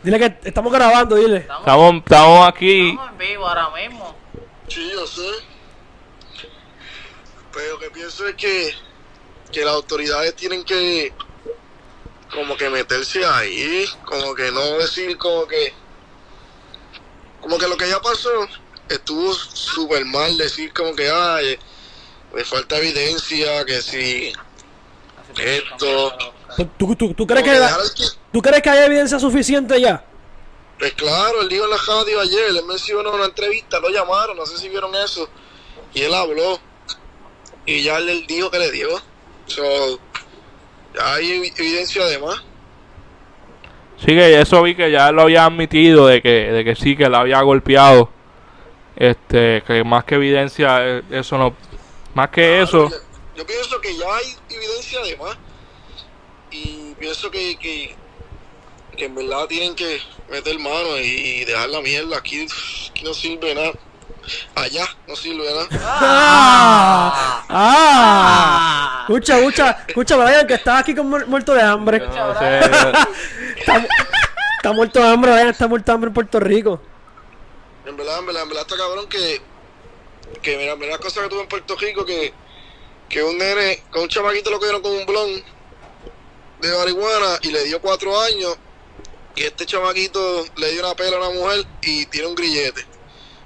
Dile que estamos grabando, dile.
Estamos, estamos aquí.
Estamos en vivo ahora mismo.
Sí, yo sé. Pero lo que pienso es que, que las autoridades tienen que como que meterse ahí, como que no decir como que como que lo que ya pasó estuvo súper mal decir como que ay me falta evidencia que si esto
¿Tú, tú, tú
Como
crees
que
que la-
dejar que-
¿Tú crees que hay evidencia suficiente ya?
Pues claro, él dijo en la radio ayer, él mencionó en una entrevista, lo llamaron, no sé si vieron eso, y él habló, y ya él dijo que le dio. So, ya hay evi- evidencia además.
Sí, que eso vi que ya lo había admitido de que, de que sí, que la había golpeado. Este, que más que evidencia, eh, eso no. Más que eso,
Yo, yo pienso que ya hay evidencia además, y pienso que, que, que en verdad tienen que meter mano y, y dejar la mierda, aquí, aquí no sirve nada, allá no sirve nada.
¡Ah! ¡Ah!
Ah.
Escucha, escucha, escucha, Brian, que estás aquí con muer- muerto de hambre.
yo no sé, yo-
Está muerto de hambre, Brian, está muerto de hambre en Puerto Rico.
En verdad, en verdad, en verdad está cabrón que, que mira, mira las cosas que tuve en Puerto Rico que, que un nene, con un chamaquito lo cogieron con un blon de marihuana y le dio cuatro años y este chamaquito le dio una pela a una mujer y tiene un grillete.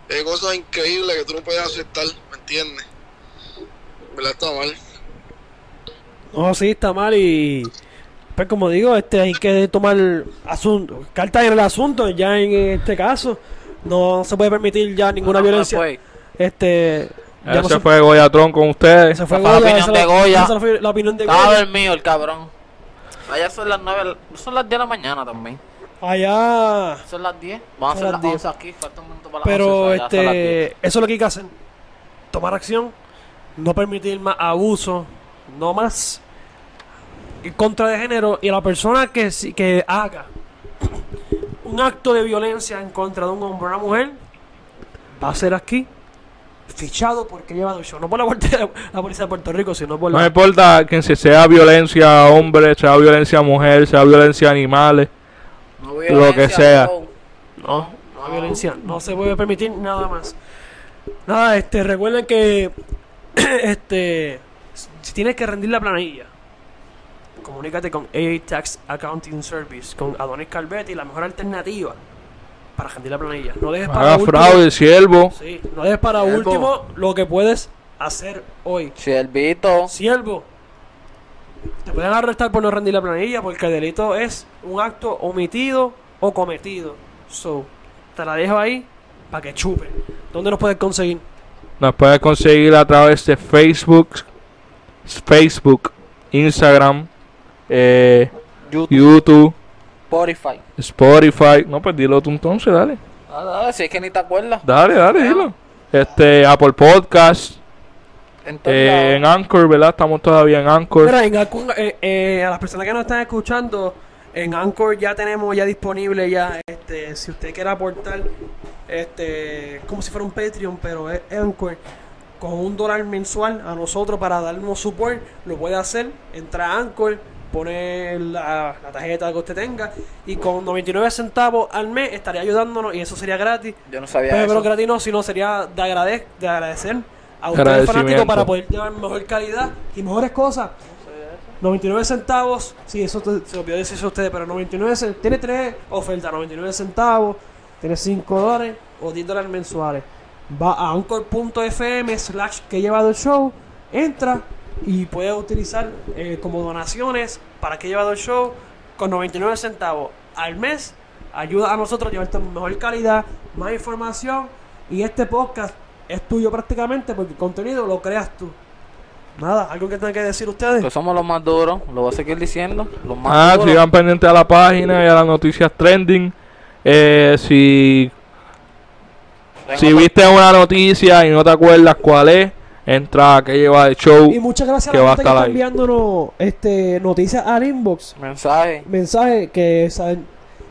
Es cosas increíbles que tú no puedes aceptar, ¿me entiendes? En verdad está mal.
No, sí, está mal y. Pues como digo, este hay que tomar asunto, cartas en el asunto, ya en este caso. No se puede permitir ya ninguna
No, no
violencia.
fue.
Este. ya no
Ese fue Goyatrón con ustedes.
esa
esa fue la
Goya,
opinión
esa
de
la-
Goya.
esa fue la opinión de
Estaba
Goya.
dormido el cabrón. Allá son las 9, son las 10 de la mañana también.
Allá.
Son las 10. Vamos a
Son
hacer
las
las
10.
11 aquí, falta un minuto para las 11,
Pero
o sea, ya son las 10.
este, eso es lo que hay que hacer. Tomar acción, no permitir más abuso, no más en contra de género y la persona que sí- que haga un un acto de violencia en contra de un hombre o una mujer, va a ser aquí fichado porque lleva show. No por la policía, la policía de Puerto Rico, sino por la...
No importa que si sea violencia a hombre, sea violencia a mujer, sea violencia a animales.
No
Lo que
violencia,
sea.
bro.
No, no hay violencia, no se puede permitir nada más. Nada, este, recuerden que este si tienes que rendir la planilla, comunícate con AA Tax Accounting Service, con Adonis Calvetti, la mejor alternativa para rendir la planilla. No dejes para
Haga
último,
fraude, siervo.
sí, no dejes para
Siervo.
último lo que puedes hacer hoy.
Siervito.
Siervo, te pueden arrestar por no rendir la planilla porque el delito es un acto omitido o cometido. So, te la dejo ahí para que chupe. ¿Dónde nos puedes conseguir?
Nos puedes conseguir a través de Facebook, Facebook, Instagram, eh,
YouTube.
YouTube,
Spotify.
Spotify. No, pues dilo tú entonces, dale.
Ah, dale, si es que ni te acuerdas.
Dale, dale, dilo. Este, Apple Podcast,
Entonces,
eh, en Anchor, ¿verdad? Estamos todavía en Anchor.
Mira, en Anchor, eh, eh, a las personas que nos están escuchando, en Anchor ya tenemos ya disponible ya, este, si usted quiere aportar, este, como si fuera un Patreon, pero es Anchor, con un dólar mensual a nosotros para darnos support, lo puede hacer, entra a Anchor, pone la, la tarjeta que usted tenga y con 99 centavos al mes estaría ayudándonos y eso sería gratis.
yo no sabía
Pero,
eso.
pero gratis no, sino sería de, agrade- de agradecer a ustedes
Agradecimiento.
fanáticos para poder llevar mejor calidad y mejores cosas. 99 centavos, sí, eso te- se lo pidió decir a ustedes, pero 99 cen- tiene tres ofertas, 99 centavos, tiene 5 dólares o 10 dólares mensuales. Va a anchor.fm slash que lleva el show, entra y puede utilizar eh, como donaciones para que lleva el show con 99 centavos al mes. Ayuda a nosotros a llevarte mejor calidad, más información y este podcast es tuyo prácticamente porque el contenido lo creas tú. Nada, algo que tengan que decir ustedes.
Que somos los más duros, lo voy a seguir diciendo. Los más
Ah,
duros.
sigan pendientes a la página y a las noticias trending. Eh, si
Tengo
Si viste una noticia y no te acuerdas cuál es, entra a que lleva de show.
Y muchas gracias
Uh, que
a la
va a
gente que
estar
está
ahí.
enviándonos este, noticias al inbox.
Mensaje.
Mensaje que saben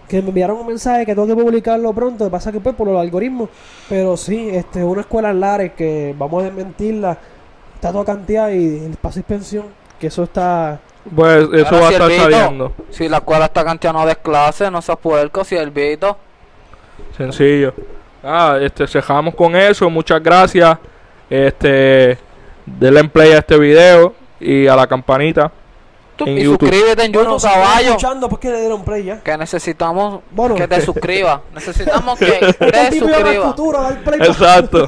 que me enviaron un mensaje que tengo que publicarlo pronto. Pasa que pues por los algoritmos. Pero sí, este, una escuela en Lares que vamos a desmentirla. Está toda cantidad y el paso de pensión. Que eso está.
Pues eso
Ahora,
va a estar
siervito,
saliendo.
Si la escuela está canteando de clase, no se puerco, siervito.
Sencillo. Ah, este, cerramos con eso. Muchas gracias. Este, denle play a este video y a la campanita.
Tú-
En
y
YouTube.
suscríbete en
Bueno,
YouTube,
si están
caballo.
escuchando, pues que le dieron play ya.
Que necesitamos
Bueno.
que te suscribas. Necesitamos que te
Este tipo llama al
suscribas.
futuro a dar play.
Exacto.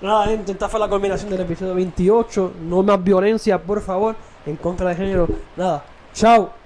Nada, gente, esta fue la combinación del episodio 28. No más violencia, por favor, en contra de género. Nada, chao.